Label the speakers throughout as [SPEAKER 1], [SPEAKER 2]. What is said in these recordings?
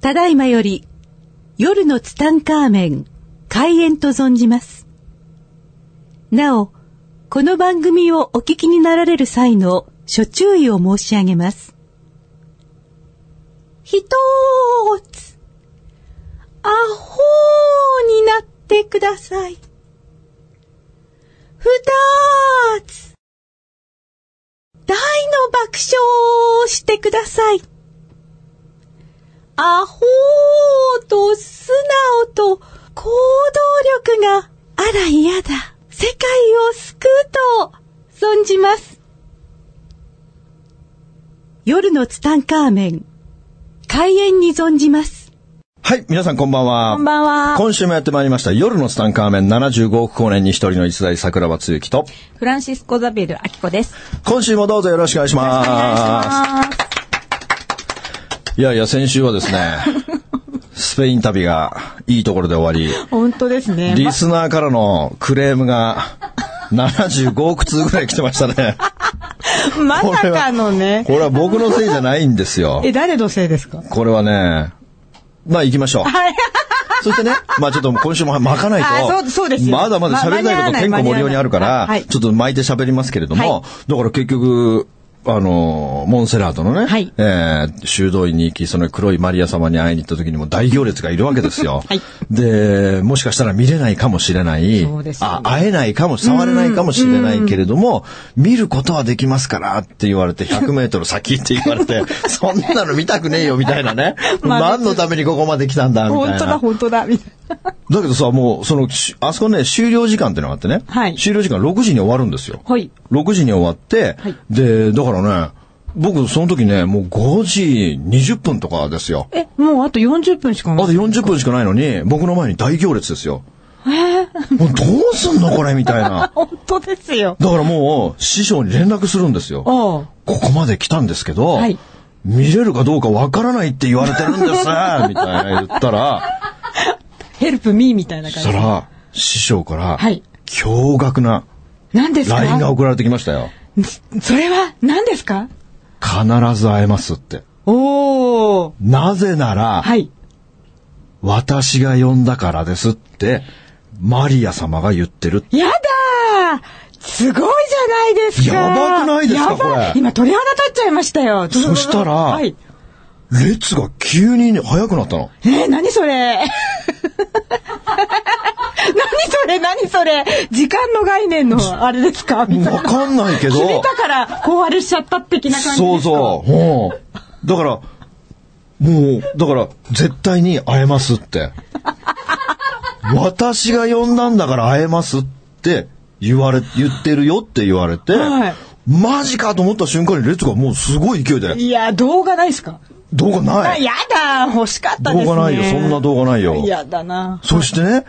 [SPEAKER 1] ただいまより、夜のツタンカーメン、開演と存じます。なお、この番組をお聞きになられる際の、諸注意を申し上げます。ひとーつ、アホーになってください。ふたーつ、大の爆笑をしてください。アホーと素直と行動力があら嫌だ。世界を救うと存じます。夜のツタンカーメン、開演に存じます。
[SPEAKER 2] はい、皆さんこんばんは。
[SPEAKER 1] こんばんは。
[SPEAKER 2] 今週もやってまいりました。夜のスタンカーメン75億光年に一人の逸材桜庭つゆきと、
[SPEAKER 3] フランシスコ・ザビエル・アキコです。
[SPEAKER 2] 今週もどうぞよろしくお願いし
[SPEAKER 3] お
[SPEAKER 2] ま
[SPEAKER 3] 願いします。
[SPEAKER 2] す。いやいや、先週はですね、スペイン旅がいいところで終わ
[SPEAKER 3] 本当です
[SPEAKER 2] り、
[SPEAKER 3] ね。
[SPEAKER 2] リスナーからのクレームが75億通ぐらい来てましたね。
[SPEAKER 3] ま
[SPEAKER 2] これ
[SPEAKER 3] さかの
[SPEAKER 2] は、
[SPEAKER 3] ね。
[SPEAKER 2] これは僕のせいじゃないんですよ
[SPEAKER 3] え、。誰のせいですか
[SPEAKER 2] これはね、まあ行きましょう。
[SPEAKER 3] はい。
[SPEAKER 2] そしてね、まあちょっと今週も巻かない
[SPEAKER 3] あ
[SPEAKER 2] と。
[SPEAKER 3] そうそうですよ
[SPEAKER 2] まだまだ喋りたいこと
[SPEAKER 3] ま
[SPEAKER 2] 結構盛りようにあるから、
[SPEAKER 3] 間に合わない
[SPEAKER 2] ちょっと巻いて喋りますけれど
[SPEAKER 3] は
[SPEAKER 2] も、だから結局、あの、モンセラートのね、
[SPEAKER 3] はい
[SPEAKER 2] えー修道院に行き、その黒いマリア様に会いに行った時にも大行列がいるわけですよ。
[SPEAKER 3] はい
[SPEAKER 2] で、もしかしたら見れないかもしれない
[SPEAKER 3] そうで、すよ
[SPEAKER 2] あ会えないかも、触れないかもしれないけれども、見ることはできますからって言われて、100メートル先って言われ て、そんなの見たくねえよみたいなね、
[SPEAKER 3] まあ
[SPEAKER 2] 何のためにここまで来たんだみたいな。
[SPEAKER 3] 本当だ、本当だ。みたいな
[SPEAKER 2] だけどさ、もう、その、しあそこね、終了時間ってのがあってね、
[SPEAKER 3] はい
[SPEAKER 2] 終了時間6時に終わるんですよ。
[SPEAKER 3] はい
[SPEAKER 2] 6時に終わって、
[SPEAKER 3] はい
[SPEAKER 2] で、だからね、僕、その時ね、もう5時20分とかですよ。
[SPEAKER 3] え、もうあと40分しか
[SPEAKER 2] あ
[SPEAKER 3] な
[SPEAKER 2] と
[SPEAKER 3] い。
[SPEAKER 2] 40分しかないのに、僕の前に大行列ですよ。もうどうすんのこれみたいな。
[SPEAKER 3] 本当ですよ。
[SPEAKER 2] だからもう、師匠に連絡するんですよ。
[SPEAKER 3] おう
[SPEAKER 2] ここまで来たんですけど、
[SPEAKER 3] はい
[SPEAKER 2] 見れるかどうかわからないって言われてる んですみたいな言ったら、
[SPEAKER 3] ヘルプミーみたいな
[SPEAKER 2] そ
[SPEAKER 3] 感
[SPEAKER 2] した
[SPEAKER 3] じ。
[SPEAKER 2] ら、師匠から、
[SPEAKER 3] はい
[SPEAKER 2] 驚愕な
[SPEAKER 3] 何です
[SPEAKER 2] LINE が
[SPEAKER 3] か
[SPEAKER 2] 送られてきましたよ。
[SPEAKER 3] それは何ですか
[SPEAKER 2] 必ず会えますって。
[SPEAKER 3] おー。
[SPEAKER 2] なぜなら、
[SPEAKER 3] はい。
[SPEAKER 2] 私が呼んだからですって、マリア様が言ってる。
[SPEAKER 3] やだーすごいじゃないですか
[SPEAKER 2] やばくないですか
[SPEAKER 3] やばい
[SPEAKER 2] これ
[SPEAKER 3] 今鳥肌立っちゃいましたよ。
[SPEAKER 2] そしたら
[SPEAKER 3] はい。
[SPEAKER 2] 列が急に早くなったの。
[SPEAKER 3] えー、何それ 何それ何それ時間の概念のあれですかみたい
[SPEAKER 2] わ
[SPEAKER 3] な
[SPEAKER 2] かんないけ
[SPEAKER 3] 決め
[SPEAKER 2] ど、
[SPEAKER 3] たから、こうあれしちゃった的な感じですか
[SPEAKER 2] そうそう。うんだから、もう、だから、絶対に会えます って。私が呼んだんだから会えますって言われ、言ってるよって言われて、
[SPEAKER 3] はい
[SPEAKER 2] マジかと思った瞬間に列がもうすごい勢いで、
[SPEAKER 3] いや、動画ないですか、
[SPEAKER 2] 動画な
[SPEAKER 3] あ
[SPEAKER 2] い。
[SPEAKER 3] やだ欲しかったですね。
[SPEAKER 2] 動画ないよそんな動画ないよ
[SPEAKER 3] やだな
[SPEAKER 2] そしてね、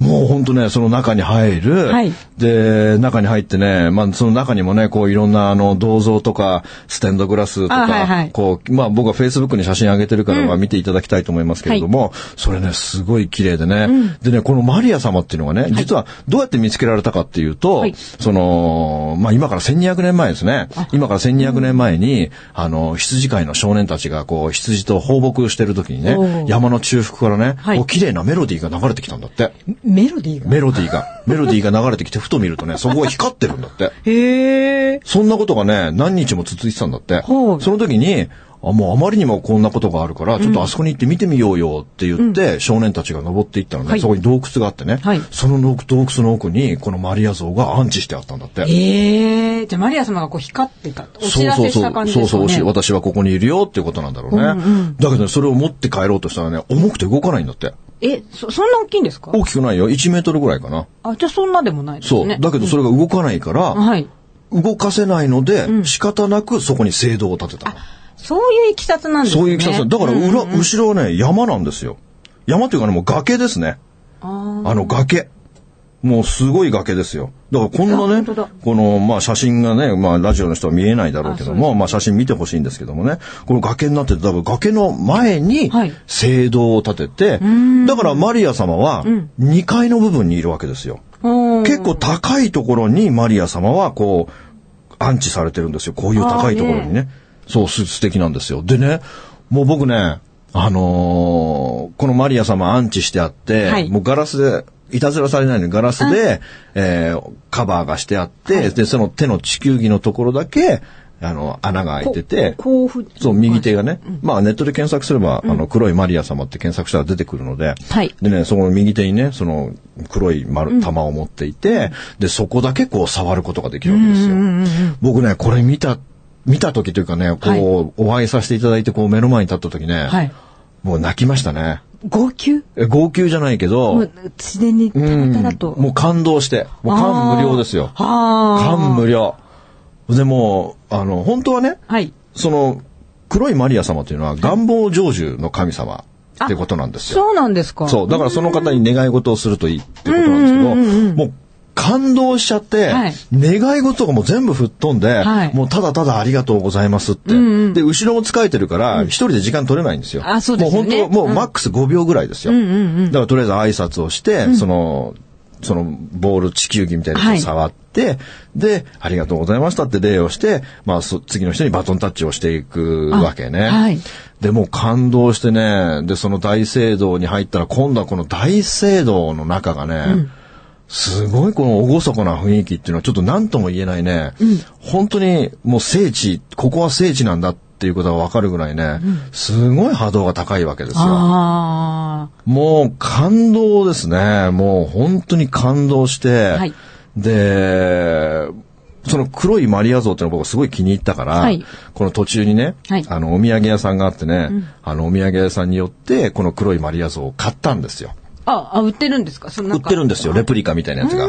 [SPEAKER 2] もうほんとね、その中に入る。
[SPEAKER 3] はい
[SPEAKER 2] で、中に入ってね、まあその中にもね、こういろんなあの銅像とか、ステンドグラスとか、
[SPEAKER 3] あはいはい
[SPEAKER 2] こう、まあ僕は Facebook に写真上げてるから、まあ見ていただきたいと思いますけれども、それね、すごい綺麗でね、でね、このマリア様っていうのがね、実はどうやって見つけられたかっていうと、
[SPEAKER 3] はい
[SPEAKER 2] その、まあ今から1200年前ですね。今から1200年前に、あの、羊飼いの少年たちがこう、羊と放牧してる時に
[SPEAKER 3] お
[SPEAKER 2] ね
[SPEAKER 3] ー、
[SPEAKER 2] 山の中腹からね、
[SPEAKER 3] はい
[SPEAKER 2] こう綺麗なメロディーが流れてきたんだって。
[SPEAKER 3] メロディーが。
[SPEAKER 2] メロディーが、メロディーが流れてきて、ふと見るとね、そこが光ってるんだって。
[SPEAKER 3] へえ。
[SPEAKER 2] そんなことがね、何日も続いてたんだって。
[SPEAKER 3] ほう
[SPEAKER 2] その時に、あもうあまりにもこんなことがあるから、ちょっとあそこに行って見てみようよって言って、少年たちが登っていったのね、
[SPEAKER 3] はい
[SPEAKER 2] そこに洞窟があってね、
[SPEAKER 3] はい
[SPEAKER 2] その洞洞窟の奥に、このマリア像が安置してあったんだって。
[SPEAKER 3] へえ。じゃあ、マリア様がこう光ってたと。お知
[SPEAKER 2] そう
[SPEAKER 3] ら
[SPEAKER 2] そう
[SPEAKER 3] せし
[SPEAKER 2] そ
[SPEAKER 3] た感
[SPEAKER 2] う、
[SPEAKER 3] じ
[SPEAKER 2] そ
[SPEAKER 3] で
[SPEAKER 2] う
[SPEAKER 3] すか
[SPEAKER 2] そう、
[SPEAKER 3] ね。
[SPEAKER 2] おし私はここにいるよっていうことなんだろうね。だけどね、それを持って帰ろうとしたらね、重くて動かないんだって。
[SPEAKER 3] え、そ、そんな大きいんですか
[SPEAKER 2] 大きくないよ。1メートルぐらいかな。
[SPEAKER 3] あ、じゃあそんなでもないですね。
[SPEAKER 2] そう。だけどそれが動かないから、
[SPEAKER 3] はい。
[SPEAKER 2] 動かせないので、仕方なくそこに聖堂を建てたの。
[SPEAKER 3] そういういきさつなんですね。
[SPEAKER 2] そういう経緯だから
[SPEAKER 3] うん
[SPEAKER 2] 裏、後ろはね、山なんですよ。山というかね、もう崖ですね。
[SPEAKER 3] あ
[SPEAKER 2] あの崖。もうすごい崖ですよ。だからこん
[SPEAKER 3] あ
[SPEAKER 2] な
[SPEAKER 3] 本
[SPEAKER 2] ね
[SPEAKER 3] 当だ、
[SPEAKER 2] この、まあ写真がね、まあラジオの人は見えないだろうけども、まあ写真見てほしいんですけどもね、この崖になってて、多分崖の前に
[SPEAKER 3] はい
[SPEAKER 2] 聖堂を建てて、だからマリア様は2階の部分にいるわけですよ。
[SPEAKER 3] ーうん
[SPEAKER 2] 結構高いところにマリア様はこう、安置されてるんですよ。こういう高いところにね。そう、す素敵なんですよ。でね、もう僕ね、あのーこのマリア様アンチしてあって、
[SPEAKER 3] はい
[SPEAKER 2] もうガラスで、いたずらされないのにガラスで、えーカバーがしてあって、で、その手の地球儀のところだけ、あの、穴が開いてて、
[SPEAKER 3] こうこうふ
[SPEAKER 2] そう、右手がね、まあネットで検索すれば、あの、黒いマリア様って検索したら出てくるので、
[SPEAKER 3] はい
[SPEAKER 2] でね、その右手にね、その黒い丸、玉を持っていて、で、そこだけこう触ることができるわけですよ。僕ね、これ見た、見た時というかね、こう、
[SPEAKER 3] はい
[SPEAKER 2] お会いさせていただいて、こう目の前に立った時ね、
[SPEAKER 3] はい
[SPEAKER 2] もう泣きましたね。
[SPEAKER 3] 号泣
[SPEAKER 2] え号泣じゃないけ
[SPEAKER 3] も
[SPEAKER 2] ど
[SPEAKER 3] う、自然にた
[SPEAKER 2] うん
[SPEAKER 3] らたらと。
[SPEAKER 2] もう感動して、もう感無量ですよ。
[SPEAKER 3] あー
[SPEAKER 2] 感無量。でもう、あの、本当はね、
[SPEAKER 3] はい。
[SPEAKER 2] その、黒いマリア様というのは願望成就の神様ってことなんですよ。
[SPEAKER 3] そうなんですか。
[SPEAKER 2] そう。だからその方に願い事をするといいってことなんですけど、もう感動しちゃって、
[SPEAKER 3] はい
[SPEAKER 2] 願い事がもう全部吹っ飛んで、
[SPEAKER 3] はい
[SPEAKER 2] もうただただありがとうございますって。で、後ろも疲れてるから、一人で時間取れないんですよ。
[SPEAKER 3] あそうですよね
[SPEAKER 2] もう本当、もうマックス5秒ぐらいですよ。だからとりあえず挨拶をして、その、そのボール地球儀みたいなやつを触って、で、ありがとうございましたって礼をして、まあ、そ次の人にバトンタッチをしていくわけね。
[SPEAKER 3] あはい
[SPEAKER 2] で、もう感動してね、で、その大聖堂に入ったら、今度はこの大聖堂の中がね、すごいこの厳かな雰囲気っていうのはちょっと何とも言えないね、本当にもう聖地、ここは聖地なんだっていうことがわかるぐらいね、すごい波動が高いわけですよ。
[SPEAKER 3] あ
[SPEAKER 2] もう感動ですね。もう本当に感動して、
[SPEAKER 3] はい
[SPEAKER 2] で、その黒いマリア像っていうのは僕はすごい気に入ったから、
[SPEAKER 3] はい
[SPEAKER 2] この途中にね、
[SPEAKER 3] はい
[SPEAKER 2] あのお土産屋さんがあってね、あのお土産屋さんによってこの黒いマリア像を買ったんですよ。
[SPEAKER 3] あ。あ、あ、売ってるんですかそのな
[SPEAKER 2] 売
[SPEAKER 3] ん
[SPEAKER 2] っ
[SPEAKER 3] か
[SPEAKER 2] てるんですよ、レプリカみたいなやつが。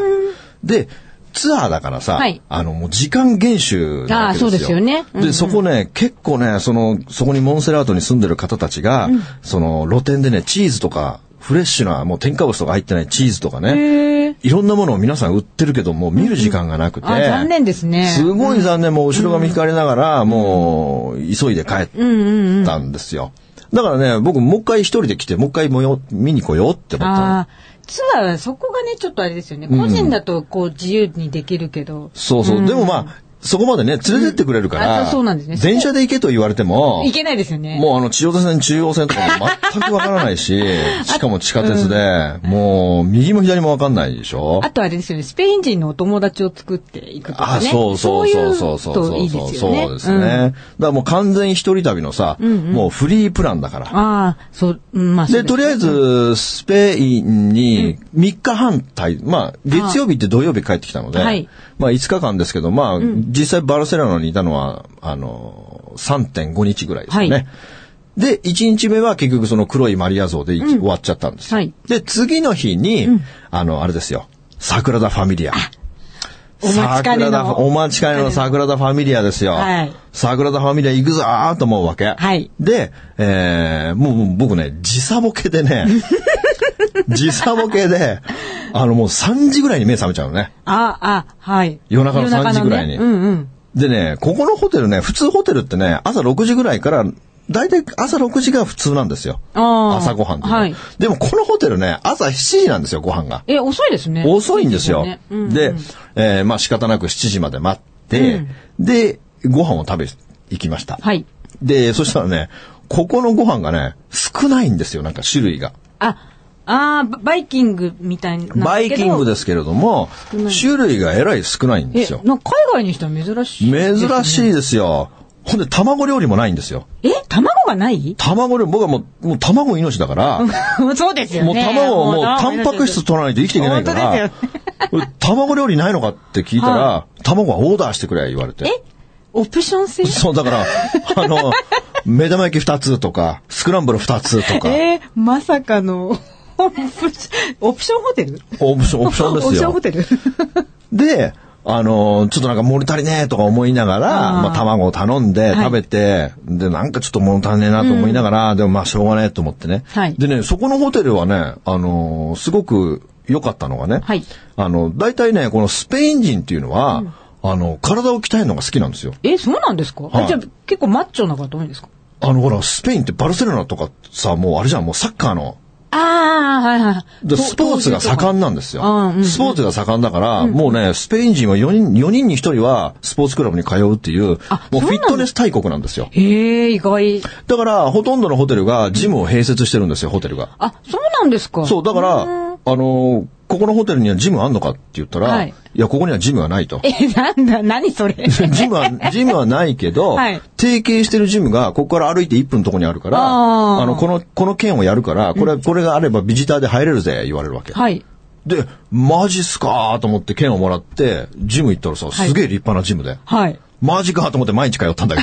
[SPEAKER 2] で、ツアーだからさ、
[SPEAKER 3] はい
[SPEAKER 2] あの、もう時間厳守なわけですよ。
[SPEAKER 3] あーそうですよねうんうん
[SPEAKER 2] で、そこね、結構ね、その、そこにモンセラートに住んでる方たちが、その、露店でね、チーズとか、フレッシュな、もう添加物とか入ってないチーズとかね、いろんなものを皆さん売ってるけど、もう見る時間がなくて、
[SPEAKER 3] あ、残念ですね。
[SPEAKER 2] すごい残念、もう後ろ髪引かれながら、もう、急いで帰ったんですよ。だからね、僕、もう一回一人で来て、もう一回もよ見に来ようって思ったの。
[SPEAKER 3] ああ。ツアーはそこがね、ちょっとあれですよね。個人だとこう自由にできるけど。
[SPEAKER 2] そうそう。でもまあ、そこまでね、連れてってくれるか
[SPEAKER 3] うん
[SPEAKER 2] ら、
[SPEAKER 3] あそうなんですね
[SPEAKER 2] 電車で行けと言われても、
[SPEAKER 3] いけないですよね。
[SPEAKER 2] もうあの、千代田線、中央線とかも全くわからないし、 しかも地下鉄で、もう、右も左もわかんないでしょ
[SPEAKER 3] あとあれですよね、スペイン人のお友達を作っていくとか
[SPEAKER 2] あ、
[SPEAKER 3] ね。
[SPEAKER 2] そうそうそうそうそう
[SPEAKER 3] そういう
[SPEAKER 2] そ
[SPEAKER 3] といういで
[SPEAKER 2] そう
[SPEAKER 3] すよね。
[SPEAKER 2] そうですね。
[SPEAKER 3] ん
[SPEAKER 2] だからもう完全一人旅のさ、もうフリープランだから。
[SPEAKER 3] ああ、そう、うんまあそう
[SPEAKER 2] で、とりあえず、スペインに3日半滞、まあ、月曜日って土曜日帰ってきたので、
[SPEAKER 3] はい
[SPEAKER 2] まあ5日間ですけど、まあ、実際バルセロナにいたのは、あの、3.5日ぐらいですよね。
[SPEAKER 3] はい
[SPEAKER 2] で、1日目は結局その黒いマリア像でいき、終わっちゃったんですよ、
[SPEAKER 3] はい
[SPEAKER 2] で、次の日に、あの、あれですよ、桜田ファミリア。
[SPEAKER 3] お待ちかねの
[SPEAKER 2] 桜田ファお待ちかねの桜田ファミリアですよ。
[SPEAKER 3] はい
[SPEAKER 2] 桜田ファミリア行くぞーと思うわけ。
[SPEAKER 3] はい
[SPEAKER 2] で、えー、もうもう僕ね、時差ボケ でね、時差ボケで、あのもう3時ぐらいに目覚めちゃうのね。
[SPEAKER 3] ああ、はい。
[SPEAKER 2] 夜中の3時ぐらいに
[SPEAKER 3] 夜中のねうんうん。
[SPEAKER 2] でね、ここのホテルね、普通ホテルってね、朝6時ぐらいから、だいたい朝6時が普通なんですよ。
[SPEAKER 3] あー
[SPEAKER 2] 朝ごはんっていうのは、
[SPEAKER 3] はい
[SPEAKER 2] でもこのホテルね、朝7時なんですよ、ご飯が。
[SPEAKER 3] え、遅いですね。
[SPEAKER 2] 遅いんですよ。で
[SPEAKER 3] ねうん
[SPEAKER 2] えーまあ仕方なく7時まで待って、で、ご飯を食べ行きました。
[SPEAKER 3] はい。
[SPEAKER 2] で、そしたらね、ここのご飯がね、少ないんですよ、なんか種類が。
[SPEAKER 3] あ、あーババイキングみたいな。
[SPEAKER 2] バイキングですすけれども、種類がえらい少ないん
[SPEAKER 3] け
[SPEAKER 2] です
[SPEAKER 3] ど。
[SPEAKER 2] よ
[SPEAKER 3] え、。なんか海外にしては珍しいですね、
[SPEAKER 2] 珍しいですよ。ほんで、卵料理もないんですよ。
[SPEAKER 3] え、卵がない
[SPEAKER 2] 卵料理、僕はもう、もう卵命だから、
[SPEAKER 3] そうですよね。
[SPEAKER 2] もう卵をもうタンパク質取らないと生きていけないから
[SPEAKER 3] 本当ですよね、
[SPEAKER 2] 卵料理ないのかって聞いたら、卵はオーダーしてくれ言われて。
[SPEAKER 3] えオプション制
[SPEAKER 2] そう、だから、あの、目玉焼き2つとか、スクランブル2つとか、
[SPEAKER 3] えーまさかの、オプシオプションホテル
[SPEAKER 2] オプション、オプションですよ。
[SPEAKER 3] テル。
[SPEAKER 2] で、あのーちょっとなんか物足りねえとか思いながら、
[SPEAKER 3] あー
[SPEAKER 2] まあ卵を頼んで
[SPEAKER 3] はい
[SPEAKER 2] 食べて、で、なんかちょっと物足りねえなと思いながら、でもまあしょうがねえと思ってね。
[SPEAKER 3] はい
[SPEAKER 2] でね、そこのホテルはね、あのーすごく良かったのがね、
[SPEAKER 3] はい
[SPEAKER 2] あの、大体ね、このスペイン人っていうのは、あの、体を鍛えるのが好きなんですよ。
[SPEAKER 3] え、そうなんですか、
[SPEAKER 2] はい
[SPEAKER 3] あじゃあ結構マッチョな方多いんですか
[SPEAKER 2] あの、ほら、スペインってバルセロナとかさ、もうあれじゃん、もうサッカーの
[SPEAKER 3] ああ、はいはい。
[SPEAKER 2] でスポーツが盛んなんです
[SPEAKER 3] あ
[SPEAKER 2] よ
[SPEAKER 3] ーうんう。ん
[SPEAKER 2] スポーツが盛んだから、もうね、スペイン人は4人、4人に1人はスポーツクラブに通うっていう、
[SPEAKER 3] あ
[SPEAKER 2] もう
[SPEAKER 3] そうな
[SPEAKER 2] フィ
[SPEAKER 3] んだ
[SPEAKER 2] ットネス大国なんですよ。
[SPEAKER 3] へえ、意外。
[SPEAKER 2] だから、ほとんどのホテルが、ジムを併設してるんですよ、ホテルが。
[SPEAKER 3] あ、そうなんですか。
[SPEAKER 2] そう、だから、あのーここのホテルにはジムあんのかって言ったら、
[SPEAKER 3] はいい、。
[SPEAKER 2] や、ここにはジムはないと
[SPEAKER 3] え、なんだ、何そ れ。
[SPEAKER 2] ジムは、ジムはないけど、
[SPEAKER 3] はい
[SPEAKER 2] 提携してるジムが、ここから歩いて1分のとこにあるから、
[SPEAKER 3] あ
[SPEAKER 2] あ
[SPEAKER 3] ー
[SPEAKER 2] の、この、この券をやるから、これ、これがあればビジターで入れるぜ、言われるわけ。
[SPEAKER 3] はい。
[SPEAKER 2] で、マジっすかーと思って券をもらって、ジム行ったらさ、
[SPEAKER 3] い
[SPEAKER 2] すげえ立派なジムで。
[SPEAKER 3] はい。
[SPEAKER 2] マジかーと思って毎日通ったんだけ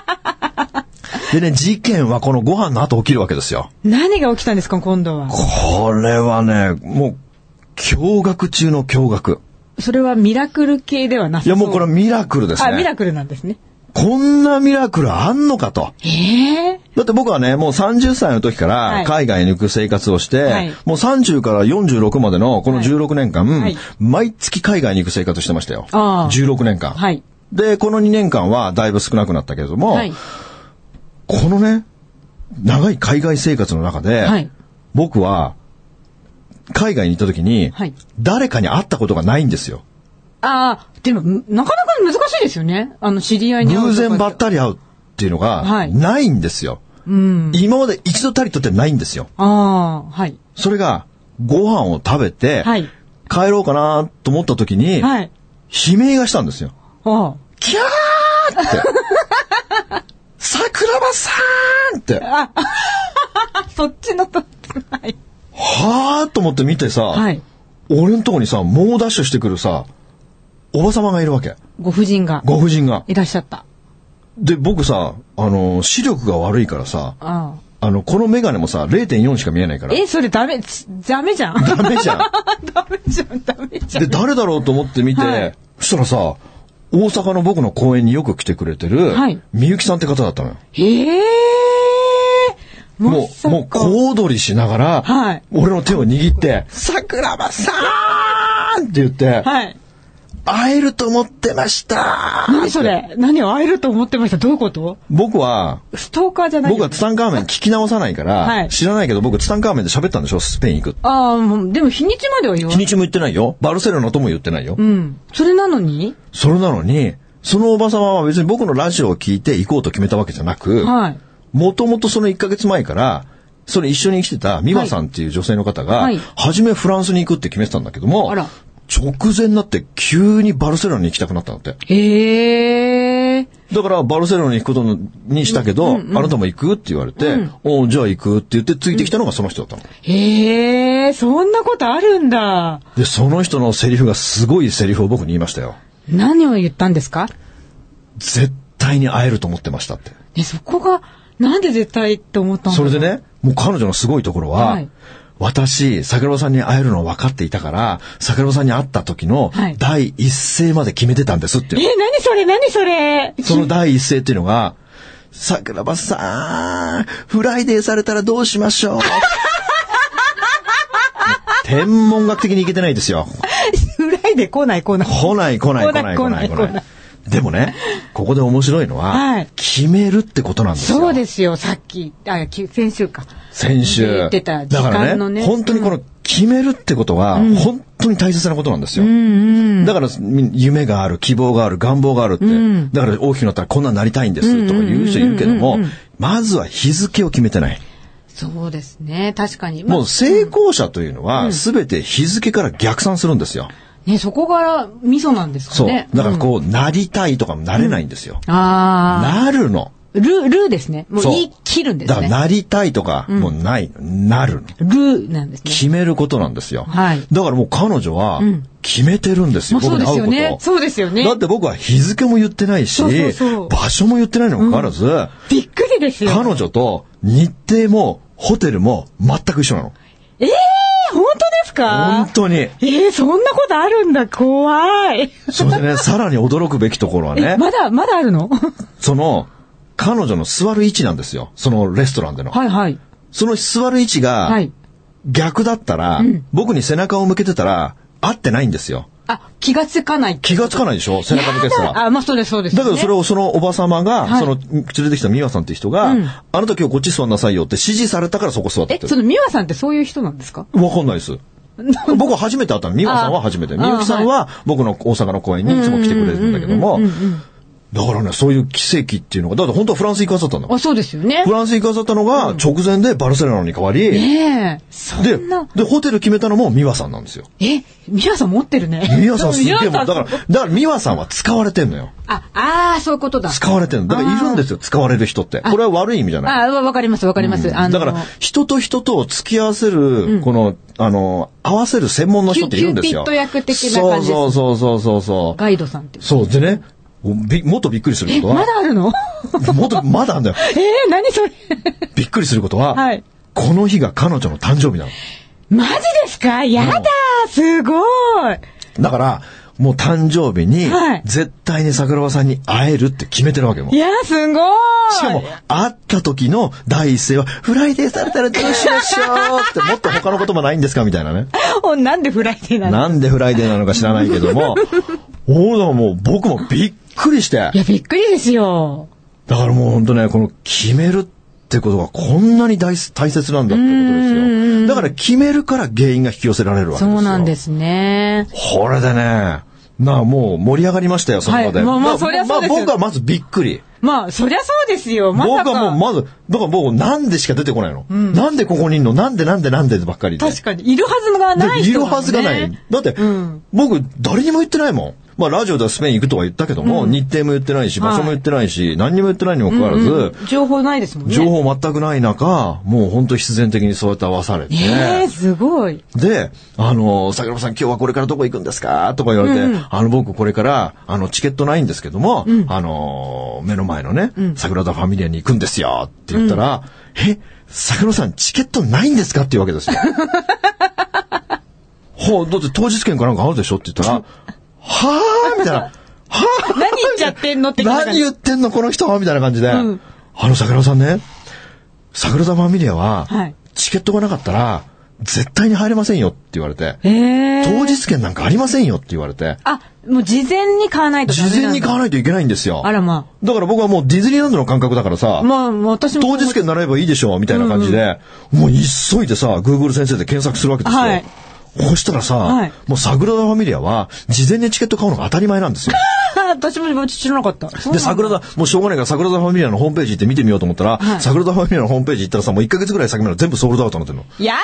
[SPEAKER 2] ど。でね、事件はこのご飯の後起きるわけですよ。
[SPEAKER 3] 何が起きたんですか、今度は。
[SPEAKER 2] これはね、もう、驚愕中の驚愕。
[SPEAKER 3] それはミラクル系ではなさ
[SPEAKER 2] い
[SPEAKER 3] そう。
[SPEAKER 2] や、もうこれはミラクルです
[SPEAKER 3] あ、ミ
[SPEAKER 2] ね。
[SPEAKER 3] ラクルなんですね。
[SPEAKER 2] こんなミラクルあんのかと。
[SPEAKER 3] ええ
[SPEAKER 2] だって僕はね、もう30歳の時か
[SPEAKER 3] は
[SPEAKER 2] ら
[SPEAKER 3] い
[SPEAKER 2] 海外に行く生活をして、
[SPEAKER 3] はい
[SPEAKER 2] もう30から46までのこの16年間、
[SPEAKER 3] い
[SPEAKER 2] 毎月海外に行く生活してましたよ。
[SPEAKER 3] ああ
[SPEAKER 2] 16年間。
[SPEAKER 3] はい。
[SPEAKER 2] で、この2年間はだいぶ少なくなったけれども、
[SPEAKER 3] はい。
[SPEAKER 2] このね、長い海外生活の中で、
[SPEAKER 3] はい
[SPEAKER 2] 僕は、海外に行った時に、
[SPEAKER 3] はい
[SPEAKER 2] 誰かに会ったことがないんですよ。
[SPEAKER 3] ああ、でも、んなかなか難しいですよね。あの、知り合いに会
[SPEAKER 2] 偶
[SPEAKER 3] うとか
[SPEAKER 2] 然ばったり会うっていうの
[SPEAKER 3] は
[SPEAKER 2] が、
[SPEAKER 3] い
[SPEAKER 2] ないんですよ。
[SPEAKER 3] うん。
[SPEAKER 2] 今まで一度たりとってないんですよ。
[SPEAKER 3] ああ、はい。
[SPEAKER 2] それが、ご飯を食べて、
[SPEAKER 3] はい。
[SPEAKER 2] 帰ろうかなと思った時に、
[SPEAKER 3] はい。
[SPEAKER 2] 悲鳴がしたんですよ。
[SPEAKER 3] ああ。
[SPEAKER 2] キャーって。 桜庭さんって。
[SPEAKER 3] あ、そっちのと、はい。
[SPEAKER 2] はーっと思って見てさ、
[SPEAKER 3] はい。
[SPEAKER 2] 俺んとこにさ、猛ダッシュしてくるさ、おば様がいるわけ。
[SPEAKER 3] ご婦人が
[SPEAKER 2] ご婦人が。
[SPEAKER 3] いらっしゃった。
[SPEAKER 2] で、僕さ、あの、視力が悪いからさ、
[SPEAKER 3] あ
[SPEAKER 2] あの、このメガネもさ、0.4しか見えないか
[SPEAKER 3] あ。
[SPEAKER 2] ら。
[SPEAKER 3] え、それダメ、つダメじゃん。
[SPEAKER 2] ダメじゃん。
[SPEAKER 3] ダメじゃん、ダメじゃ
[SPEAKER 2] で、
[SPEAKER 3] ん。
[SPEAKER 2] 誰だろうと思って見て、
[SPEAKER 3] はい
[SPEAKER 2] そしたらさ、大阪の僕の公園によく来てくれてる、
[SPEAKER 3] はい
[SPEAKER 2] みゆきさんって方だったのよ。
[SPEAKER 3] ええー。
[SPEAKER 2] もう、もう、小躍りしながら、
[SPEAKER 3] はい
[SPEAKER 2] 俺の手を握って、桜庭さーんって言って、
[SPEAKER 3] うはい。
[SPEAKER 2] 会えると思ってましたー
[SPEAKER 3] 何それ何を会えると思ってましたどういうこと
[SPEAKER 2] 僕は、
[SPEAKER 3] ストーカーじゃない
[SPEAKER 2] 僕はツタンカーメン聞き直さないから、
[SPEAKER 3] はい
[SPEAKER 2] 知らないけど僕ツタンカーメンで喋ったんでしょスペイン行く。
[SPEAKER 3] ああ、もうでも日にちまでは言わ
[SPEAKER 2] 日
[SPEAKER 3] ない。
[SPEAKER 2] にちも言ってないよ。バルセロナとも言ってないよ。
[SPEAKER 3] うん。それなのに
[SPEAKER 2] それなのに、そのおば様は別に僕のラジオを聞いて行こうと決めたわけじゃなく、
[SPEAKER 3] はい。
[SPEAKER 2] もともとその1ヶ月前から、それ一緒に来てた美和さんっていう女性の方が、
[SPEAKER 3] はい
[SPEAKER 2] 初めフランスに行くって決めてたんだけども
[SPEAKER 3] あら、
[SPEAKER 2] 直前になって急にバルセロナに行きたくなったんだって。
[SPEAKER 3] ええー。
[SPEAKER 2] だからバルセロナに行くことにしたけど、あなたも行くって言われて、おうじゃあ行くって言ってついてきたのがその人だったの。
[SPEAKER 3] ええー、そんなことあるんだ。
[SPEAKER 2] で、その人のセリフがすごいセリフを僕に言いましたよ。
[SPEAKER 3] 何を言ったんですか
[SPEAKER 2] 絶対に会えると思ってましたって。
[SPEAKER 3] ね、そこが、なんで絶対って思ったんだ
[SPEAKER 2] そ
[SPEAKER 3] ろう
[SPEAKER 2] れで。ね、もう彼女のすごいところは、
[SPEAKER 3] はい
[SPEAKER 2] 私、桜庭さんに会えるのを分かっていたから、桜庭さんに会った時の
[SPEAKER 3] はい
[SPEAKER 2] 第一声まで決めてたんですって。
[SPEAKER 3] えー、何それ何それ
[SPEAKER 2] その第一声っていうのが、桜庭さん、フライデーされたらどうし ましょう天文学的にいけてないですよ。
[SPEAKER 3] フライで来ない来ない。
[SPEAKER 2] 来ない来ない来ない来
[SPEAKER 3] 来
[SPEAKER 2] な
[SPEAKER 3] ないい
[SPEAKER 2] 来
[SPEAKER 3] 来
[SPEAKER 2] な
[SPEAKER 3] ない
[SPEAKER 2] い。でもね、ここで面白いのは、
[SPEAKER 3] はい
[SPEAKER 2] 決めるってことなんですよ。
[SPEAKER 3] そうですよ、さっき、あ、き先週か。
[SPEAKER 2] 先週。
[SPEAKER 3] 言ってた時
[SPEAKER 2] だから
[SPEAKER 3] 間の
[SPEAKER 2] ね
[SPEAKER 3] ね
[SPEAKER 2] 本当にこの決めるってことは、本当に大切なことなんですよ。だから、み夢がある、希望がある、願望があるって、だから大きくなったらこんなんなりたいんですとか言う人いるけども、まずは日付を決めてない。
[SPEAKER 3] そうですね、確かに。まあ
[SPEAKER 2] もう成功者というのは、すべて日付から逆算するんですよ。
[SPEAKER 3] ね、そこが味噌なんですか
[SPEAKER 2] そう
[SPEAKER 3] ね。。
[SPEAKER 2] だから
[SPEAKER 3] うん
[SPEAKER 2] こう、なりたいとかもなれないんですよ。
[SPEAKER 3] あ
[SPEAKER 2] なるの。
[SPEAKER 3] あ、ル、ルーですね。もう
[SPEAKER 2] そう
[SPEAKER 3] 言い切るんで
[SPEAKER 2] だ
[SPEAKER 3] す
[SPEAKER 2] から
[SPEAKER 3] ね。
[SPEAKER 2] なりたいとか、もうないの。なるの。
[SPEAKER 3] ルーなんですね。
[SPEAKER 2] 決めることなんですよ。
[SPEAKER 3] はい
[SPEAKER 2] だからもう彼女は、決めてるんですよ、
[SPEAKER 3] まあそうで
[SPEAKER 2] 僕に会
[SPEAKER 3] す
[SPEAKER 2] う
[SPEAKER 3] よ
[SPEAKER 2] ことを
[SPEAKER 3] ね。そうですよね
[SPEAKER 2] だ。って僕は日付も言ってないし、
[SPEAKER 3] そうそうそう
[SPEAKER 2] 場所も言ってないのもかかわらず、
[SPEAKER 3] びっくりですよ。
[SPEAKER 2] 彼女と日程もホテルも全く一緒なの。
[SPEAKER 3] ええー、本当ですか
[SPEAKER 2] 本当に。
[SPEAKER 3] ええー、そんなことあるんだ、怖い。
[SPEAKER 2] それで ね、さらに驚くべきところは
[SPEAKER 3] え、
[SPEAKER 2] ね、
[SPEAKER 3] まだ、まだあるの
[SPEAKER 2] その、彼女の座る位置なんですよ。そのレストランで の。
[SPEAKER 3] はいはい。
[SPEAKER 2] その座る位置
[SPEAKER 3] は
[SPEAKER 2] が
[SPEAKER 3] い。
[SPEAKER 2] 逆だったら、僕に背中を向けてたら、合ってないんですよ。
[SPEAKER 3] あ、気がつかない。
[SPEAKER 2] 気がつかないでしょ背中向けてたら。
[SPEAKER 3] あ、まあそうです、そうです、
[SPEAKER 2] だけどそれ
[SPEAKER 3] を。
[SPEAKER 2] をそのおば様が、
[SPEAKER 3] はい
[SPEAKER 2] その連れてきた美和さんって人が、
[SPEAKER 3] うん
[SPEAKER 2] あなた今日こっち座んなさいよって指示されたからそこ座って
[SPEAKER 3] え、
[SPEAKER 2] て
[SPEAKER 3] その美和さんってそういう人なんですか
[SPEAKER 2] わかんないです。僕は初めて会ったの。美和さんは初めて。
[SPEAKER 3] あ
[SPEAKER 2] みゆきさんは僕の大阪の公演にいつも来てくれるんだけども
[SPEAKER 3] うんうんうんうんうん、
[SPEAKER 2] だからね、そういう奇跡っていうのが、だって本当はフランス行かさったんだも ん
[SPEAKER 3] あ、そうですよね
[SPEAKER 2] フ。ランス行かさったのが直前でバルセロナに変わり、
[SPEAKER 3] ねえ。そ
[SPEAKER 2] で
[SPEAKER 3] んな、。
[SPEAKER 2] で、ホテル決めたのも美和さんなんですよ。
[SPEAKER 3] え、美和さん持ってるね。
[SPEAKER 2] 美和さんすげえもん、
[SPEAKER 3] 美
[SPEAKER 2] だ
[SPEAKER 3] 和さ
[SPEAKER 2] から、
[SPEAKER 3] ん
[SPEAKER 2] だから美和さんは使われてんのよ。
[SPEAKER 3] あ、ああ、そういうことだ。
[SPEAKER 2] 使われてんの。だからいるんですよ、使われる人って。これは悪い意味じゃない。
[SPEAKER 3] あ、わわかります、わかります。あの、
[SPEAKER 2] だから、人と人と付き合わせる、この、あの、合わせる専門の人っているんですよ。
[SPEAKER 3] キューピッド役的な感じです
[SPEAKER 2] そうそうそうそうそう。
[SPEAKER 3] ガイドさんっていう。
[SPEAKER 2] そうでね、びもっとびっくりする
[SPEAKER 3] え、
[SPEAKER 2] ことは、
[SPEAKER 3] まだある の
[SPEAKER 2] もっと、まだあんだよ。
[SPEAKER 3] えー、何それ
[SPEAKER 2] びっくりすることは、
[SPEAKER 3] はい
[SPEAKER 2] この日が彼女の誕生日なの。
[SPEAKER 3] マジですかやだすごい
[SPEAKER 2] だから、もう誕生日に
[SPEAKER 3] はい、
[SPEAKER 2] 絶対に桜庭さんに会えるって決めてるわけも
[SPEAKER 3] い。や、すごい
[SPEAKER 2] しかも、会った時の第一声は、フライデーされたらどうしましょう って、もっと他のこともないんですかみたいなね。
[SPEAKER 3] おなんでフライデーなの
[SPEAKER 2] なんでフライデーなのか知らないけども、おおだからもう僕もびっくりして
[SPEAKER 3] い、や、びっくりですよ。
[SPEAKER 2] だからもう本当ね、この決めるってことがこんなに大す大切なんだってことですよ。だから決めるから原因が引き寄せられるわけです
[SPEAKER 3] そ
[SPEAKER 2] よ。
[SPEAKER 3] うなんですね。
[SPEAKER 2] これでね、なあもう盛り上がりましたよ、その場で。
[SPEAKER 3] はいまあまあ
[SPEAKER 2] だから
[SPEAKER 3] そりゃそうですよ
[SPEAKER 2] まあ僕はまずびっくり。
[SPEAKER 3] まあ、そりゃそうですよ。まさか。
[SPEAKER 2] 僕はもうまず、だからもうなんでしか出てこないの。なんでここにいるのなんでなんでなんでばっかりで。
[SPEAKER 3] 確かに。いるはずがない
[SPEAKER 2] でい
[SPEAKER 3] 人だ
[SPEAKER 2] る
[SPEAKER 3] もんね
[SPEAKER 2] はずがない。だって、
[SPEAKER 3] うん
[SPEAKER 2] 僕、誰にも言ってないもん。まあ、ラジオではスペイン行くとは言ったけども、日程も言ってないし、場所も言ってないし、何にも言ってないにもかかわらず、
[SPEAKER 3] うん情報ないですもんね。
[SPEAKER 2] 情報全くない中、もう本当必然的にそうやって合わされて。
[SPEAKER 3] ええすごい。
[SPEAKER 2] で、あの、桜庭さん今日はこれからどこ行くんですかとか言われて、あの、僕これから、あの、チケットないんですけども、あの、目の前のね、桜田ファミリアに行くんですよって言ったら、え、桜庭さんチケットないんですかっていうわけで すよ。ほう、だって当日券かなんかあるでしょって言ったら、はぁーみた いな。はぁ
[SPEAKER 3] 何
[SPEAKER 2] ー
[SPEAKER 3] 言っちゃってんのって聞いたから
[SPEAKER 2] 何言ってんのこの人はみたいな感じで、あの桜田さんね、桜田ファミリアは、
[SPEAKER 3] はい
[SPEAKER 2] チケットがなかったら、絶対に入れませんよって言われて、
[SPEAKER 3] ええ
[SPEAKER 2] 当日券なんかありませんよって言われて、
[SPEAKER 3] あ、もう事前に買わないとダ
[SPEAKER 2] 事
[SPEAKER 3] メなんだ
[SPEAKER 2] 前に買わないといけないんですよ。
[SPEAKER 3] あらま
[SPEAKER 2] だから僕はもうディズニーランドの感覚だからさ
[SPEAKER 3] あ。、まあ、もう私も。
[SPEAKER 2] 当日券ならえばいいでしょうみたいな感じで、もう急いでさ、Google 先生で検索するわけですよ。
[SPEAKER 3] はい
[SPEAKER 2] そしたらさ、
[SPEAKER 3] はい
[SPEAKER 2] もう桜田ファミリアは、事前にチケット買うのが当たり前なんですよ。
[SPEAKER 3] あ 私も知らなかった。
[SPEAKER 2] で、桜田、もうしょうがないから桜田ファミリアのホームページ行って見てみようと思ったら、
[SPEAKER 3] はい
[SPEAKER 2] 桜田ファミリアのホームページ行ったらさ、もう1ヶ月ぐらい先まで全部ソールドアウトになってるの。
[SPEAKER 3] や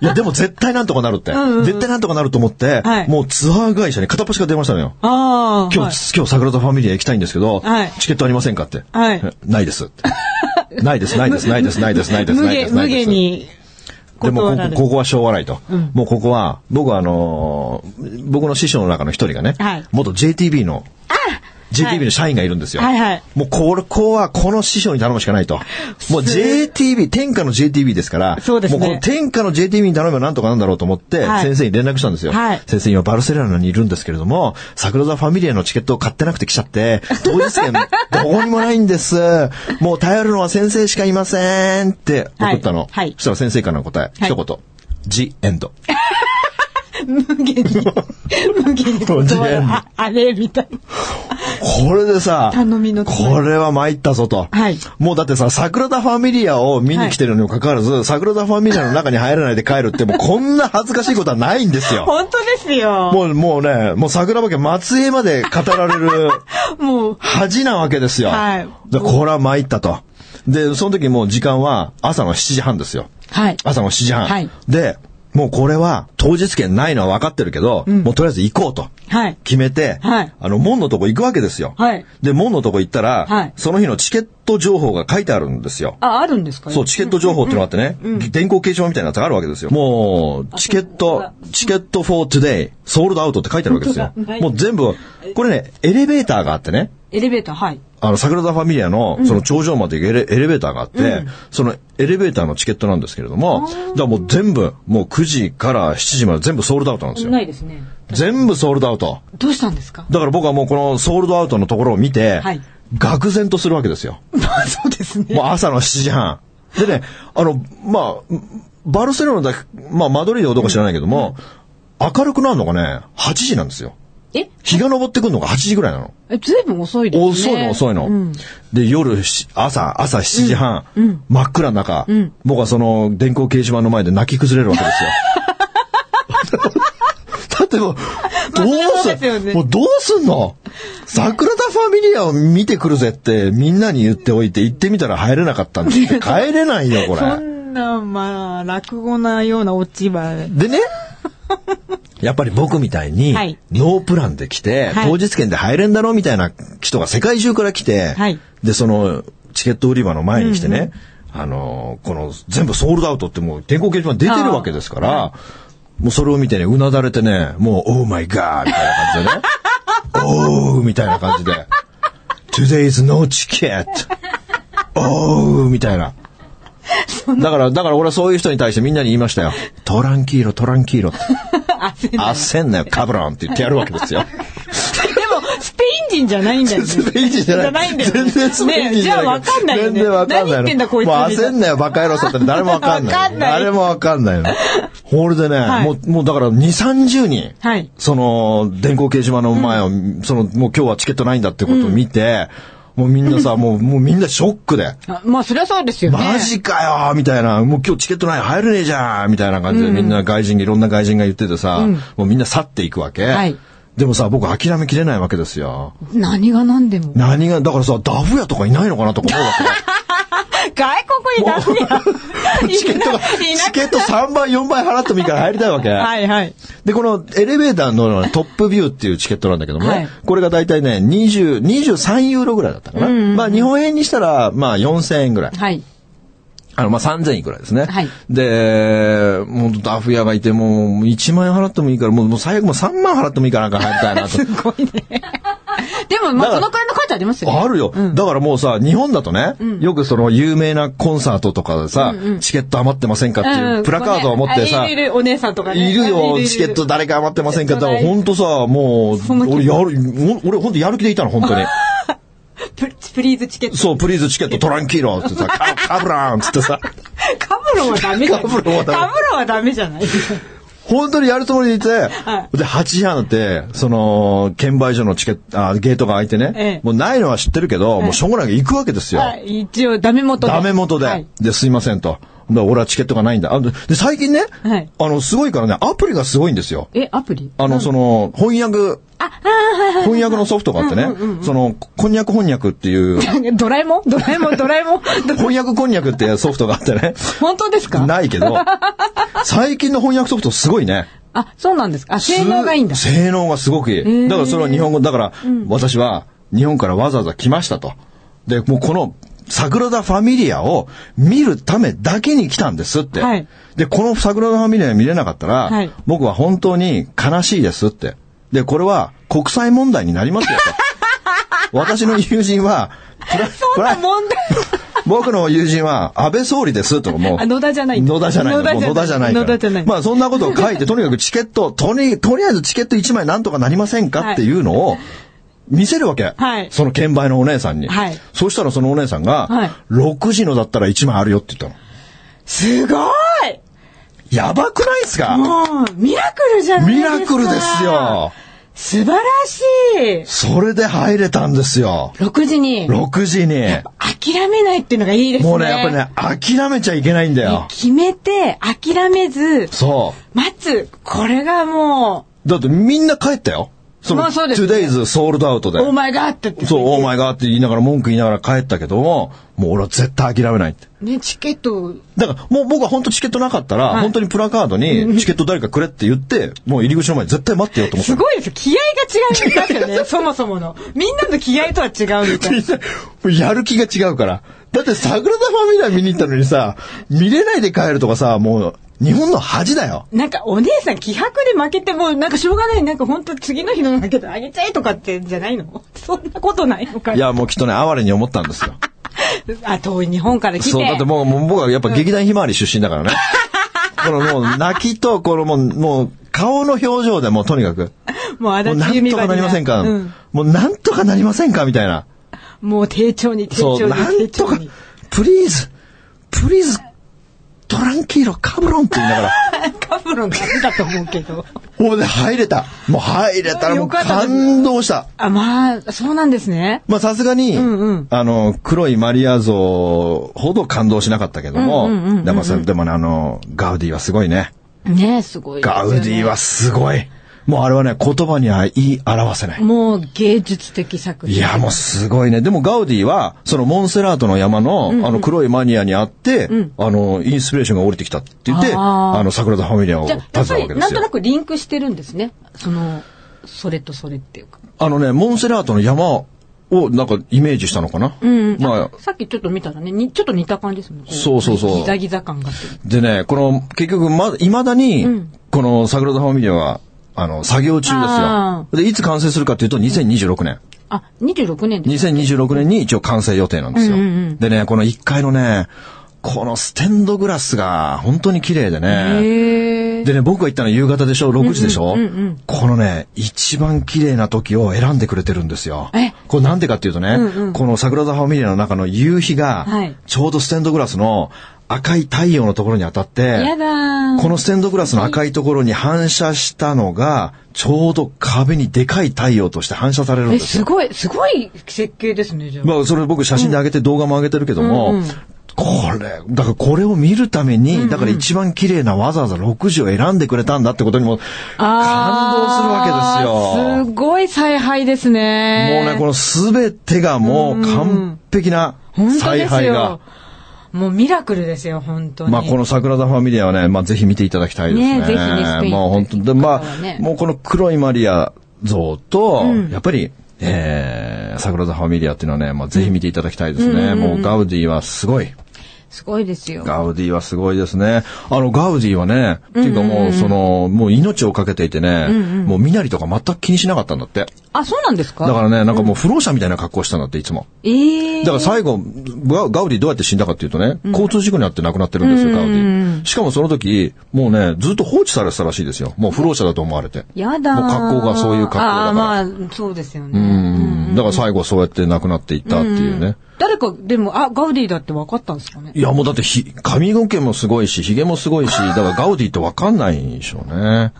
[SPEAKER 2] いや、でも絶対なんとかなるって。絶対なんとかなると思って、
[SPEAKER 3] はい
[SPEAKER 2] もうツアー会社に片っ端から電話したのよ。
[SPEAKER 3] だーああ。
[SPEAKER 2] 今日、今日桜田ファミリア行きたいんですけど、
[SPEAKER 3] はい
[SPEAKER 2] チケットありませんかって。
[SPEAKER 3] はい
[SPEAKER 2] えないですって。ないです、ないです、ないです、ないです、ないです、
[SPEAKER 3] 無
[SPEAKER 2] ないで
[SPEAKER 3] 限、
[SPEAKER 2] す。な
[SPEAKER 3] 無
[SPEAKER 2] いです
[SPEAKER 3] 限。に
[SPEAKER 2] でも
[SPEAKER 3] 断
[SPEAKER 2] こ
[SPEAKER 3] られ
[SPEAKER 2] こ、
[SPEAKER 3] る。
[SPEAKER 2] ここはしょうがないと。もうここは、僕はあのー僕の師匠の中の一人がね、
[SPEAKER 3] はい
[SPEAKER 2] 元 JTB の、JTB の社員がいるんですよ。
[SPEAKER 3] はいはい
[SPEAKER 2] もうこれ、こうはこの師匠に頼むしかないと。もう JTB、天下の JTB ですから、
[SPEAKER 3] そうですね
[SPEAKER 2] もうこの天下の JTB に頼めばなんとかなんだろうと思って、
[SPEAKER 3] はい
[SPEAKER 2] 先生に連絡したんですよ。
[SPEAKER 3] はい
[SPEAKER 2] 先生今バルセロナにいるんですけれども、桜田ファミリアのチケットを買ってなくて来ちゃって、当 日券どこにもないんです。もう頼るのは先生しかいませんって送ったの。
[SPEAKER 3] はいはい
[SPEAKER 2] そしたら先生からの答え、
[SPEAKER 3] はい
[SPEAKER 2] 一言。ジ・エンド。
[SPEAKER 3] 無限に、無限に断る。ああれみたいな。
[SPEAKER 2] これでさ、
[SPEAKER 3] 頼みの綱
[SPEAKER 2] これは参ったぞと。
[SPEAKER 3] はい
[SPEAKER 2] もうだってさ、桜田ファミリアを見に来てるにもかかわらず、桜田ファミリアの中に入らないで帰るって、もうこんな恥ずかしいことはないんで すよ。
[SPEAKER 3] 本当ですよ。
[SPEAKER 2] もう、もうね、もう桜庭家松江まで語られ る
[SPEAKER 3] もう、
[SPEAKER 2] 恥なわけですよ。
[SPEAKER 3] はい
[SPEAKER 2] で、これは参ったと。で、その時もう時間は朝の7時半ですよ。
[SPEAKER 3] はい。
[SPEAKER 2] 朝の7時半。
[SPEAKER 3] はい
[SPEAKER 2] で、もうこれは当日券ないのは分かってるけど、もうとりあえず行こうと。
[SPEAKER 3] はい。
[SPEAKER 2] 決めて、
[SPEAKER 3] はい
[SPEAKER 2] あの、門のとこ行くわけですよ。
[SPEAKER 3] はい
[SPEAKER 2] で、門のとこ行ったら、
[SPEAKER 3] はい
[SPEAKER 2] その日のチケット情報が書いてあるんですよ。
[SPEAKER 3] あ、あるんですか
[SPEAKER 2] そう、チケット情報っていうのがあってね、電光掲示板みたいなやつがあるわけですよ。もう、チケット、チケット for today, ソールドアウトって書いてあるわけですよ
[SPEAKER 3] 本当だな。い
[SPEAKER 2] もう全部、これね、エレベーターがあってね、
[SPEAKER 3] エレベーター、はい。
[SPEAKER 2] あの、桜田ファミリアの、その頂上まで行くエレエレベーターがあって、そのエレベーターのチケットなんですけれども、だからもう全部、もう9時から7時まで全部ソールドアウトなんですよ
[SPEAKER 3] な。いですね。
[SPEAKER 2] 全部ソールドアウト。
[SPEAKER 3] どうしたんですか
[SPEAKER 2] だから僕はもうこのソールドアウトのところを見て、
[SPEAKER 3] はい
[SPEAKER 2] 愕然とするわけですよ。
[SPEAKER 3] そうですね。
[SPEAKER 2] もう朝の7時半。でね、あの、まあ、バルセロナだけ、まあ、マドリードはどうか知らないけども、明るくなるのがね、8時なんですよ。
[SPEAKER 3] え
[SPEAKER 2] 日が昇ってくるのが8時ぐらいなの。
[SPEAKER 3] え、ずいぶん遅いですね。
[SPEAKER 2] 遅いの遅いの。
[SPEAKER 3] うん
[SPEAKER 2] で、夜し、朝、朝7時半、
[SPEAKER 3] うん
[SPEAKER 2] 真っ暗な中、
[SPEAKER 3] ん
[SPEAKER 2] 僕はその電光掲示板の前で泣き崩れるわ けですよ。だってもう、どう
[SPEAKER 3] そう
[SPEAKER 2] す
[SPEAKER 3] ですよね
[SPEAKER 2] もうどうすんの桜田ファミリアを見てくるぜってみんなに言っておいて行ってみたら入れなかったんで 帰れないよこ
[SPEAKER 3] そ
[SPEAKER 2] れ。
[SPEAKER 3] んな、まあ、落語なようなオチは。
[SPEAKER 2] でね、やっぱり僕みたいに
[SPEAKER 3] はい、
[SPEAKER 2] ノープランで来て、
[SPEAKER 3] はい
[SPEAKER 2] 当日券で入れんだろみたいな人が世界中から来て、
[SPEAKER 3] はい
[SPEAKER 2] で、その、チケット売り場の前に来てね、あの、この、全部ソールドアウトってもう、電光掲示板出てるわけですから、もうそれを見てね、うなだれてね、もう、オーマイガーみたいな感じでね、おーみたいな感じで、Today's no ticket! おーみたいな。だから、だから俺はそういう人に対してみんなに言いましたよ。トランキーロ、トランキーロって。
[SPEAKER 3] 焦る
[SPEAKER 2] 焦んなよ、カブロンって言ってやるわけですよ。
[SPEAKER 3] でも、スペイン人じゃないんだよね。
[SPEAKER 2] スペイン人じゃない。
[SPEAKER 3] じゃないんだよね
[SPEAKER 2] 全然スペイン
[SPEAKER 3] ね
[SPEAKER 2] 人じゃない。
[SPEAKER 3] えじゃあわかんないよね
[SPEAKER 2] 全然わかんないの。
[SPEAKER 3] 何言ってんだこいつ
[SPEAKER 2] もう焦んなよ、バカ野郎さんって誰もわかんない。
[SPEAKER 3] わかんない
[SPEAKER 2] 誰もわかんないの。ホールでね、
[SPEAKER 3] はい
[SPEAKER 2] もう、もうだから2、30人。
[SPEAKER 3] はい
[SPEAKER 2] その、電光掲示板の前を、その、もう今日はチケットないんだってことを見て、もうみん なさ、もう、もうみんなショックで。
[SPEAKER 3] あまあ、そりゃそうですよね。
[SPEAKER 2] マジかよみたいな、もう今日チケットない入れねえじゃんみたいな感じでみんな外人、いろんな外人が言っててさ、もうみんな去っていくわけ。
[SPEAKER 3] はい
[SPEAKER 2] でもさ、僕諦めきれないわけですよ。
[SPEAKER 3] 何が何でも。
[SPEAKER 2] 何が、だからさ、ダフ屋とかいないのかなとか思うわ
[SPEAKER 3] 外国に出すには
[SPEAKER 2] け。チケット
[SPEAKER 3] い
[SPEAKER 2] が、
[SPEAKER 3] な
[SPEAKER 2] チ
[SPEAKER 3] く
[SPEAKER 2] ケット3倍、4倍払ってもいいから入りたいわけ。
[SPEAKER 3] はいはい。
[SPEAKER 2] で、このエレベーターのトップビューっていうチケットなんだけどもね、
[SPEAKER 3] はい
[SPEAKER 2] これが大体ね、20、23ユーロぐらいだったかな。まあ日本円にしたら、まあ4000円ぐらい。
[SPEAKER 3] はい。
[SPEAKER 2] あの、まあ、3000いくらいですね。
[SPEAKER 3] はい
[SPEAKER 2] で、もうダフ屋がいて、もう1万円払ってもいいから、もうもう最悪もう3万払ってもいいからなんか入りたいなと。
[SPEAKER 3] すごいね。でも、まあ、そのくらいの価値ありますよね。
[SPEAKER 2] あるよ、だからもうさ、日本だとね、よくその有名なコンサートとかでさ、チケット余ってませんかって
[SPEAKER 3] う
[SPEAKER 2] い
[SPEAKER 3] ん
[SPEAKER 2] うプラカードを持ってさ、
[SPEAKER 3] いるいるお姉さんとかね。
[SPEAKER 2] いるよ、
[SPEAKER 3] い
[SPEAKER 2] チケット
[SPEAKER 3] い
[SPEAKER 2] 誰か余ってませんかって、だからほんとさ、もう、
[SPEAKER 3] の気分
[SPEAKER 2] 俺やる、もう俺ほんとやる気でいたの、本 当に。
[SPEAKER 3] るプリプリーズチケット。
[SPEAKER 2] そう、プリーズチケットトランキーロってさ、カカブラーンっつってさ。
[SPEAKER 3] カブロンはダメじゃない。
[SPEAKER 2] カブロンはダ
[SPEAKER 3] カブ
[SPEAKER 2] メ
[SPEAKER 3] ロンはダメじゃない。
[SPEAKER 2] 本当にやるつもりでい
[SPEAKER 3] い
[SPEAKER 2] て、で、8時半になって、その、券売所のチケット、あゲートが開いてね、
[SPEAKER 3] ええ
[SPEAKER 2] もうないのは知ってるけど、もうしょうがないから行くわけですよ。
[SPEAKER 3] はい一応、ダメ元で。
[SPEAKER 2] ダメ元で、
[SPEAKER 3] はい
[SPEAKER 2] で、すいませんと。で、俺はチケットがないんだ。あで、で最近ね、
[SPEAKER 3] はい
[SPEAKER 2] あの、すごいからね、アプリがすごいんですよ。
[SPEAKER 3] え、アプリ
[SPEAKER 2] あの、その、翻訳、翻訳のソフトがあってね、その、こんにゃく翻訳っていう、
[SPEAKER 3] ドラえもんドラえもん、ドラえもん。 ど
[SPEAKER 2] 翻訳こんにゃくっていうソフトがあってね、
[SPEAKER 3] 本当ですか
[SPEAKER 2] ないけど、最近の翻訳ソフトすごいね。
[SPEAKER 3] あ、そうなんですか。あ、性能がいいんだ。
[SPEAKER 2] す性能がすごくいい。だからそれは日本語、だから私は日本からわざわざ来ましたと。で、もうこの桜田ファミリアを見るためだけに来たんですって。
[SPEAKER 3] はい
[SPEAKER 2] で、この桜田ファミリアが見れなかったら、
[SPEAKER 3] はい
[SPEAKER 2] 僕は本当に悲しいですって。で、これは国際問題になりますよ と。私の友人は、プラ
[SPEAKER 3] そんな問 題。
[SPEAKER 2] 僕の友人は安倍総理ですとも
[SPEAKER 3] あ
[SPEAKER 2] う。
[SPEAKER 3] 野田じゃない
[SPEAKER 2] 野田じゃない。もう
[SPEAKER 3] 野
[SPEAKER 2] 野
[SPEAKER 3] 田
[SPEAKER 2] 田
[SPEAKER 3] じ
[SPEAKER 2] じ
[SPEAKER 3] ゃ
[SPEAKER 2] ゃ
[SPEAKER 3] な
[SPEAKER 2] ないい。
[SPEAKER 3] 野田じゃない
[SPEAKER 2] まあそんなことを書いて、とにかくチケット、とに、とりあえずチケット1枚なんとかなりませんかっていうのを、見せるわけ。
[SPEAKER 3] はい
[SPEAKER 2] その券売のお姉さんに。
[SPEAKER 3] はい
[SPEAKER 2] そうしたらそのお姉さんが、
[SPEAKER 3] はい
[SPEAKER 2] 6時のだったら1枚あるよって言ったの。
[SPEAKER 3] すごい
[SPEAKER 2] やばくないです か
[SPEAKER 3] もう、ミラクルじゃないで
[SPEAKER 2] ミ
[SPEAKER 3] すか。
[SPEAKER 2] ラクルですよ。。
[SPEAKER 3] 素晴らしい。
[SPEAKER 2] それで入れたんですよ。
[SPEAKER 3] 6時に
[SPEAKER 2] 6時に。
[SPEAKER 3] 諦めないっていうのがいいですね。
[SPEAKER 2] もうね、やっぱりね、諦めちゃいけないんだよ。
[SPEAKER 3] 決めて、諦めず、
[SPEAKER 2] そう。
[SPEAKER 3] 待つ。これがも
[SPEAKER 2] だってみんな帰ったよ。そ
[SPEAKER 3] ま
[SPEAKER 2] の、
[SPEAKER 3] あそうですね
[SPEAKER 2] Today's ソールドアウトで
[SPEAKER 3] う、。お前があったって。
[SPEAKER 2] そう、オーマイガーって言いながら文句言いながら帰ったけども、もう俺は絶対諦めないって。
[SPEAKER 3] ね、チケット、
[SPEAKER 2] だからもう僕は本当チケットなかったら、
[SPEAKER 3] い
[SPEAKER 2] 本当にプラカードにチケット誰かくれって言って、もう入り口の前に絶対待ってよと思って
[SPEAKER 3] す。ごいです。気合が違いますよ ね。そもそもの。みんなの気合とは違うみたいな。
[SPEAKER 2] もうやる気が違うから。だって桜田ファミリア見に行ったのにさ、見れないで帰るとかさ、もう日本の恥だよ。
[SPEAKER 3] なんかお姉さん気迫で負けてもうなんかしょうがない。なんかほんと次の日の負けであげちゃえとかってんじゃないのそんなことないのか
[SPEAKER 2] い
[SPEAKER 3] な
[SPEAKER 2] や、もうきっとね、哀れに思ったんですよ。
[SPEAKER 3] あ、遠い日本から来て。
[SPEAKER 2] そう、だって もう、もう僕はやっぱ劇団ひまわり出身だからね。このもう泣きと、このもう、もう顔の表情でもうとにかく。
[SPEAKER 3] もう足
[SPEAKER 2] もう
[SPEAKER 3] 立
[SPEAKER 2] なん
[SPEAKER 3] 由美
[SPEAKER 2] と
[SPEAKER 3] 場に
[SPEAKER 2] かなりませんか、
[SPEAKER 3] うん
[SPEAKER 2] もうなんとかなりませんかみたいな。
[SPEAKER 3] もう丁重に、丁
[SPEAKER 2] そ
[SPEAKER 3] 重
[SPEAKER 2] う、
[SPEAKER 3] に、
[SPEAKER 2] なん
[SPEAKER 3] 丁
[SPEAKER 2] と
[SPEAKER 3] 重
[SPEAKER 2] か
[SPEAKER 3] に。、
[SPEAKER 2] プリーズ、プリーズ、トラトランキーロ、カブロンって言いながら、
[SPEAKER 3] カプロンダメだと思うけど。
[SPEAKER 2] もうね、入れた。もう入れたらもう
[SPEAKER 3] よかったです
[SPEAKER 2] 感動した。
[SPEAKER 3] あ、まあ、そうなんですね。
[SPEAKER 2] まあさすがに、
[SPEAKER 3] んうん
[SPEAKER 2] あの、黒いマリア像ほど感動しなかったけども、
[SPEAKER 3] うんうんうんうんうん
[SPEAKER 2] でもさ、でもね、あの、ガウディはすごいね。
[SPEAKER 3] ねえ、すごいですよね、
[SPEAKER 2] ガウディはすごい。もうあれはね、言葉には言い表せない。
[SPEAKER 3] もう芸術的作品。
[SPEAKER 2] いや、もうすごいね。でもガウディは、そのモンセラートの山の、あの黒いマニアにあって、あの、インスピレーションが降りてきたって言って、
[SPEAKER 3] あ
[SPEAKER 2] あ
[SPEAKER 3] ー
[SPEAKER 2] の、サグラダ・ファミリアを
[SPEAKER 3] じゃ
[SPEAKER 2] 建
[SPEAKER 3] あ
[SPEAKER 2] て
[SPEAKER 3] や
[SPEAKER 2] た
[SPEAKER 3] っぱ
[SPEAKER 2] わ
[SPEAKER 3] り
[SPEAKER 2] けで
[SPEAKER 3] なん
[SPEAKER 2] す
[SPEAKER 3] と
[SPEAKER 2] よ
[SPEAKER 3] な。くリンクしてるんですね。その、それとそれっていうか。
[SPEAKER 2] あのね、モンセラートの山をなんかイメージしたのかな。
[SPEAKER 3] うん。
[SPEAKER 2] まあ、
[SPEAKER 3] さっきちょっと見たらね、にちょっと似た感じですもんね。こ
[SPEAKER 2] そうそうそう
[SPEAKER 3] ギザギザ感があって。
[SPEAKER 2] でね、この、結局、ま、未だに、この、サグラダ・ファミリアは、あの、作業中
[SPEAKER 3] あ
[SPEAKER 2] ですよ。で、いつ完成するかというと、2026年。
[SPEAKER 3] あ、26年です。
[SPEAKER 2] 2026年に一応完成予定なんですよ。
[SPEAKER 3] うんうんうん
[SPEAKER 2] でね、この1階のね、このステンドグラスが、本当に綺麗でね。
[SPEAKER 3] へえ。
[SPEAKER 2] でね、僕が行ったのは夕方でしょ ?6 時でしょ、このね、一番綺麗な時を選んでくれてるんですよ
[SPEAKER 3] え。
[SPEAKER 2] これなんでかっていうとね、
[SPEAKER 3] うんうん
[SPEAKER 2] この桜田ファミリアの中の夕日が
[SPEAKER 3] はい、
[SPEAKER 2] ちょうどステンドグラスの赤い太陽のところに当たって、
[SPEAKER 3] やだー。
[SPEAKER 2] このステンドグラスの赤いところに反射したのが、ちょうど壁にでかい太陽として反射されるんで
[SPEAKER 3] え、
[SPEAKER 2] す
[SPEAKER 3] す
[SPEAKER 2] よ。
[SPEAKER 3] ごい、すごい設計ですね、じゃあ。
[SPEAKER 2] まあ、それ僕写真で上げて動画も上げてるけども、
[SPEAKER 3] うんうん
[SPEAKER 2] これ、だからこれを見るために、だから一番綺麗なわざわざ6時を選んでくれたんだってことにも感動するわけですよ。
[SPEAKER 3] すごい采配ですね。
[SPEAKER 2] もうね、このすべてがもう完璧な
[SPEAKER 3] 本当
[SPEAKER 2] 采
[SPEAKER 3] です
[SPEAKER 2] 配が
[SPEAKER 3] よ。。もうミラクルですよ、本当に。
[SPEAKER 2] まあ、この桜田ファミリアはね、まあ、ぜひ見ていただきたいですね。
[SPEAKER 3] ねぜひねスペイン
[SPEAKER 2] まあ、本当で、ま
[SPEAKER 3] 行ったら
[SPEAKER 2] あ
[SPEAKER 3] ね、
[SPEAKER 2] もうこの黒いマリア像と、やっぱり、えー、桜田ファミリアっていうのはね、まあ、ぜひ見ていただきたいですね。もう、ガウディはすごい。
[SPEAKER 3] すごいですよ。
[SPEAKER 2] ガウディはすごいですね。あの、ガウディはね、っていうかもう、その、もう命をかけていてね、もう、身なりとか全く気にしなかったんだって。
[SPEAKER 3] あ、そうなんですか
[SPEAKER 2] だからね、なんかもう、不老者みたいな格好したんだって、いつも。
[SPEAKER 3] ええ
[SPEAKER 2] だから最後、ガガウディどうやって死んだかっていうとね、交通事故にあって亡くなってるんですよ、ガウディ。しかもその時、もうね、ずっと放置されてたらしいですよ。もう不老者だと思われて。
[SPEAKER 3] やだー。
[SPEAKER 2] もう格好がそういう格好だから
[SPEAKER 3] あーまあ、そうですよね。
[SPEAKER 2] うん。だから最後はそうやって亡くなっていったっていうね。
[SPEAKER 3] 誰か、でも、あ、ガウディだって分かったんですかね
[SPEAKER 2] いや、もうだってひ、髪の毛もすごいし、髭もすごいし、だからガウディってわかんないんでしょうね。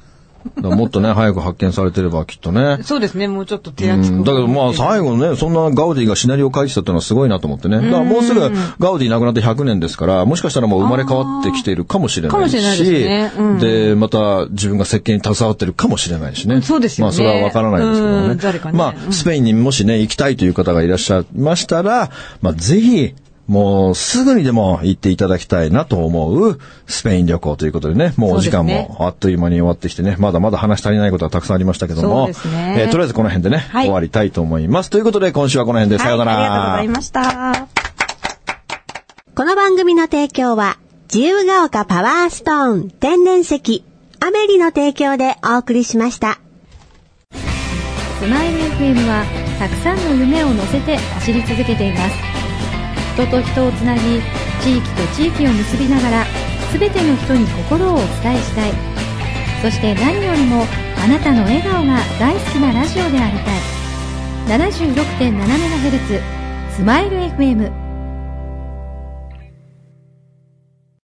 [SPEAKER 2] だからもっとね、早く発見されてればきっとね。
[SPEAKER 3] そうですね、もうちょっと手
[SPEAKER 2] う
[SPEAKER 3] 厚く。
[SPEAKER 2] んだけどまあ最後ね、そんなガウディがシナリオを書いてたっていうのはすごいなと思ってね。だからもうすぐガウディ亡くなって100年ですから、もしかしたらもう生まれ変わってきているかもしれ
[SPEAKER 3] か
[SPEAKER 2] な
[SPEAKER 3] も
[SPEAKER 2] い
[SPEAKER 3] しれない
[SPEAKER 2] し、
[SPEAKER 3] ですねうん
[SPEAKER 2] で、また自分が設計に携わってるかもしれないしね。
[SPEAKER 3] そうですよね
[SPEAKER 2] まあそれはわからないですけど
[SPEAKER 3] う
[SPEAKER 2] ね。
[SPEAKER 3] ん誰かねう
[SPEAKER 2] まあ
[SPEAKER 3] ん
[SPEAKER 2] スペインにもしね、行きたいという方がいらっしゃいましたら、まあぜひ、もうすぐにでも行っていただきたいなと思うスペイン旅行ということでね、もうお時間
[SPEAKER 3] そうです
[SPEAKER 2] もあっという間に終わってきてね、まだまだ話し足りないことはたくさんありましたけども、
[SPEAKER 3] そうですね
[SPEAKER 2] えーとりあえずこの辺でね、
[SPEAKER 3] はい
[SPEAKER 2] 終わりたいと思います。ということで、今週はこの辺で、さようなら。
[SPEAKER 4] はい、ありがとうございました。
[SPEAKER 5] この番組の提供は、自由が丘パワーストーン天然石、アメリの提供でお送りしました。
[SPEAKER 6] スマイル FM はたくさんの夢を乗せて走り続けています人と人をつなぎ地域と地域を結びながら全ての人に心をお伝えしたいそして何よりもあなたの笑顔が大好きなラジオでありたい 76.7MHz スマイル FM